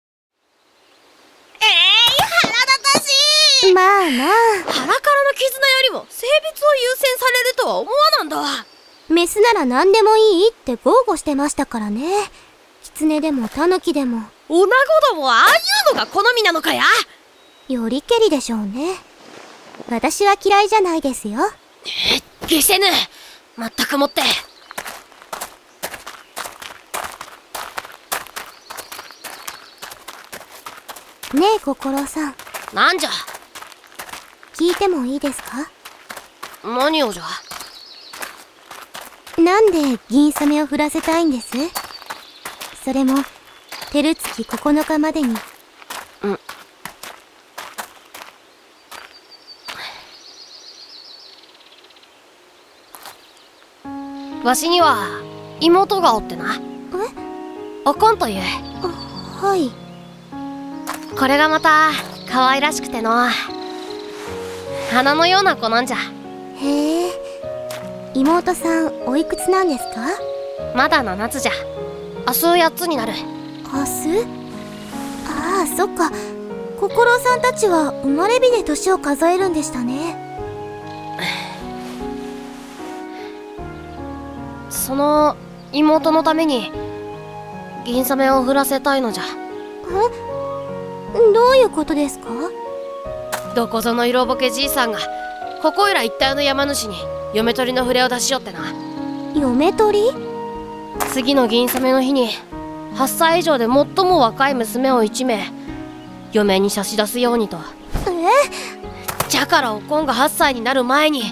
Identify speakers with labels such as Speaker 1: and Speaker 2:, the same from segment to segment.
Speaker 1: まあま
Speaker 2: 腹からの絆よりも性別を優先されるとは思わなんだわ
Speaker 1: あメスなら何でもいいって豪語してましたからねキツネでもタヌキでも
Speaker 2: 女子どもはああいうのが好みなのかや
Speaker 1: よりけりでしょうね私は嫌いじゃないですよ
Speaker 2: 下せぬまったくもって
Speaker 1: ねえ心さん
Speaker 2: なんじゃ
Speaker 1: 聞いてもいいですか
Speaker 2: 何をじゃ
Speaker 1: なんで銀サメを振らせたいんですそれも照月9日までに
Speaker 2: わしには妹がおってなおこんという
Speaker 1: はい
Speaker 2: これがまた可愛らしくての花のような子なんじゃ
Speaker 1: へえ妹さんおいくつなんですか
Speaker 2: まだ7つじゃ明日8つになる
Speaker 1: 明日ああそっか心さんたちは生まれ日で年を数えるんでしたね
Speaker 2: その妹のために銀サメを振らせたいのじゃ
Speaker 1: どういうことですか
Speaker 2: どこぞの色ぼけじいさんがここいら一帯の山主に嫁取りの触れを出しよってな
Speaker 1: 嫁取り
Speaker 2: 次の銀サメの日に8歳以上で最も若い娘を1名嫁に差し出すようにと
Speaker 1: え
Speaker 2: じゃからおこんが8歳になる前に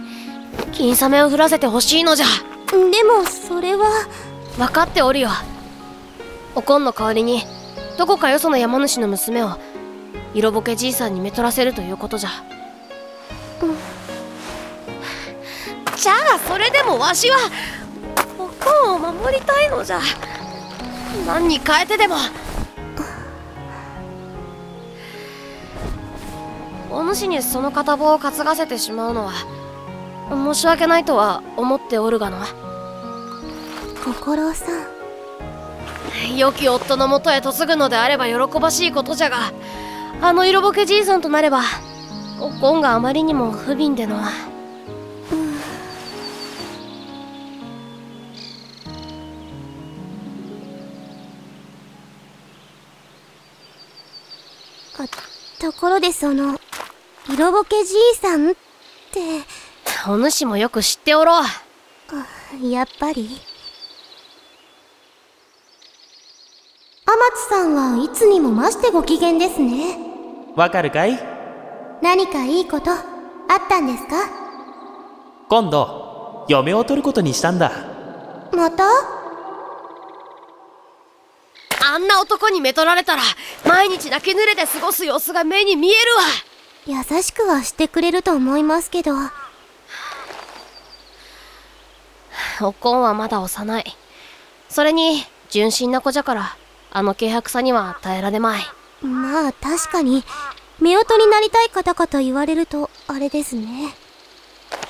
Speaker 2: 銀サメを振らせてほしいのじゃ
Speaker 1: でもそれは
Speaker 2: 分かっておるよおこんの代わりにどこかよその山主の娘を色ぼけじいさんにめとらせるということじゃ、じゃあそれでもわしはおこんを守りたいのじゃ何に変えてでもお主にその片棒を担がせてしまうのは申し訳ないとは思っておるがな
Speaker 1: 心さん
Speaker 2: 良き夫のもとへ嫁ぐのであれば喜ばしいことじゃがあの色ぼけじいさんとなればおこんがあまりにも不憫での
Speaker 1: あところでその色ぼけじいさんって
Speaker 2: お主もよく知っておろう
Speaker 1: あやっぱり天津さんはいつにも増してご機嫌ですね
Speaker 3: わかるかい
Speaker 1: 何かいいことあったんですか
Speaker 3: 今度嫁を取ることにしたんだ
Speaker 1: また
Speaker 2: あんな男にめとられたら毎日泣き濡れて過ごす様子が目に見えるわ
Speaker 1: 優しくはしてくれると思いますけど
Speaker 2: おこんはまだ幼いそれに純真な子じゃからあの軽薄さには耐えられまい
Speaker 1: まあ確かに夫婦になりたい方かと言われるとあれですね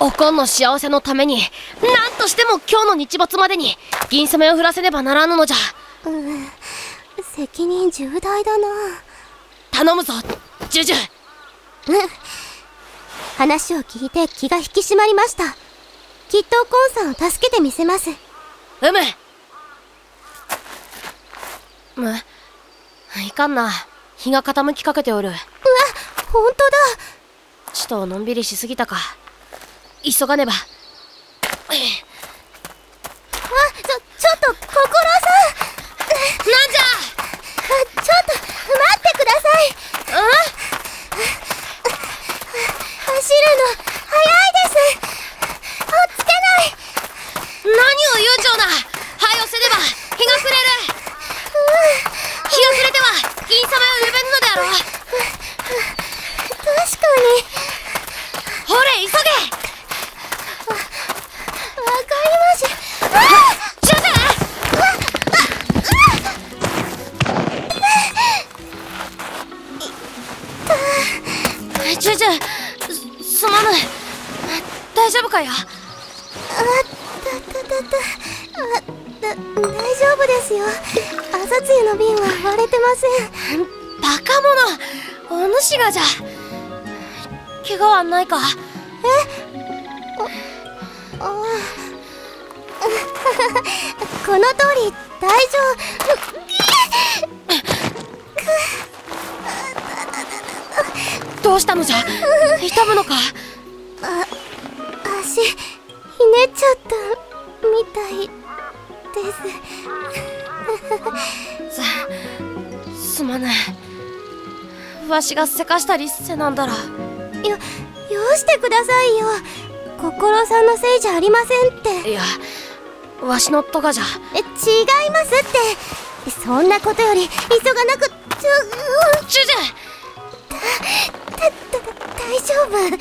Speaker 2: おこんの幸せのために何としても今日の日没までに銀サメを振らせねばならぬのじゃ
Speaker 1: うん責任重大だな
Speaker 2: 頼むぞジュジュ
Speaker 1: 話を聞いて気が引き締まりましたきっとコンさんを助けてみせます
Speaker 2: うむむいかんな日が傾きかけておる
Speaker 1: 本当だ
Speaker 2: ちとのんびりしすぎたか急がねば
Speaker 1: あちょちょっと心さん
Speaker 2: なんじゃ
Speaker 1: あちょっと待ってください走るの早いです追っつけない
Speaker 2: 何を言うんじゃな早寄せねば日が暮れる日が暮れては銀様を呼べぬのであろう
Speaker 1: 確かに
Speaker 2: ほれ急げ
Speaker 1: わかりまし
Speaker 2: ジュジュジュジュすすまぬ大丈夫かや
Speaker 1: あたたたたあだ大丈夫ですよ朝露の瓶は割れてません
Speaker 2: バカ者お主がじゃ怪我はないか
Speaker 1: この通り大丈夫
Speaker 2: どうしたのじゃ痛むのか
Speaker 1: 足ひねっちゃったみたいです
Speaker 2: すまないわしがせかしたりせなんだら
Speaker 1: よよしてくださいよ心さんのせいじゃありませんって
Speaker 2: いやわしのとかじゃ
Speaker 1: え違いますってそんなことより急がなくちょうん
Speaker 2: チュジ
Speaker 1: たた大丈夫
Speaker 2: ェ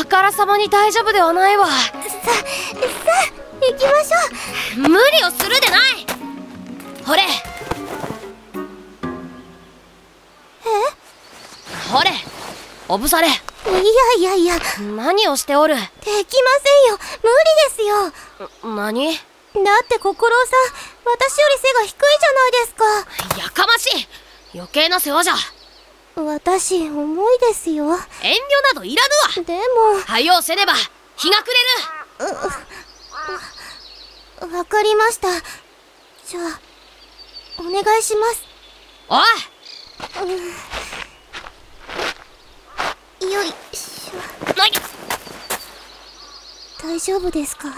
Speaker 2: あからさまに大丈夫ではないわ
Speaker 1: ささ行きましょう
Speaker 2: 無理をするでないほれほれおぶされ
Speaker 1: いやいやいやで
Speaker 2: 何をしておる
Speaker 1: きませんよ無理ですよ
Speaker 2: 何や
Speaker 1: だって心さん私より背が低いじゃないですか
Speaker 2: かましい余計な世話じゃ
Speaker 1: 私重いですよ
Speaker 2: 遠慮などいらぬわ
Speaker 1: で
Speaker 2: はようせねば日が暮れる
Speaker 1: もわかりましたじゃあお願いします
Speaker 2: おい
Speaker 1: よいしょ
Speaker 2: 何
Speaker 1: 大丈夫ですか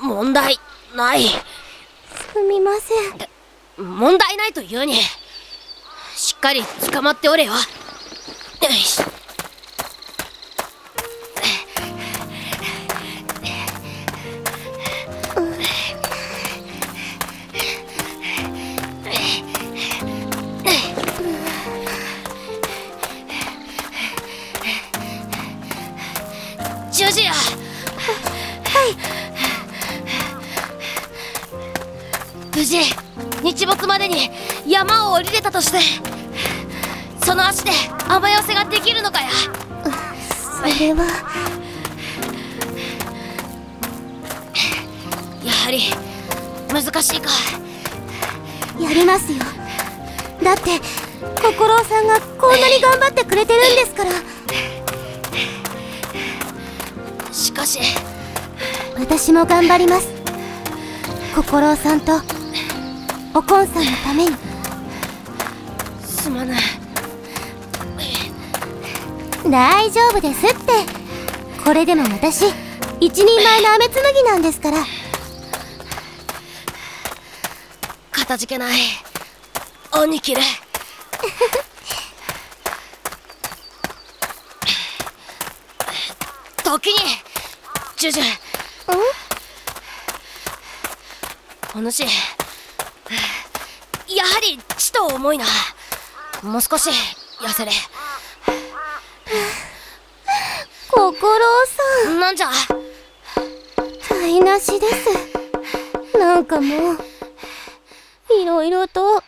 Speaker 2: 問題ない
Speaker 1: すみません
Speaker 2: 問題ないというにしっかり捕まっておれよよいしジュジア無事日没までに山を降りれたとしてその足で雨寄せができるのかや
Speaker 1: それは
Speaker 2: やはり難しいか
Speaker 1: やりますよだって心さんがこんなに頑張ってくれてるんですから
Speaker 2: しかし
Speaker 1: 私も頑張ります心さんとおこんさんのために
Speaker 2: すまない
Speaker 1: 大丈夫ですってこれでも私一人前の雨紡ぎなんですから
Speaker 2: かたじけない鬼切れ 時にジュジュお主やはりちと重いなもう少し痩せれ
Speaker 1: 心さ
Speaker 2: なんじゃ
Speaker 1: ん台無しですなんかもういろいろと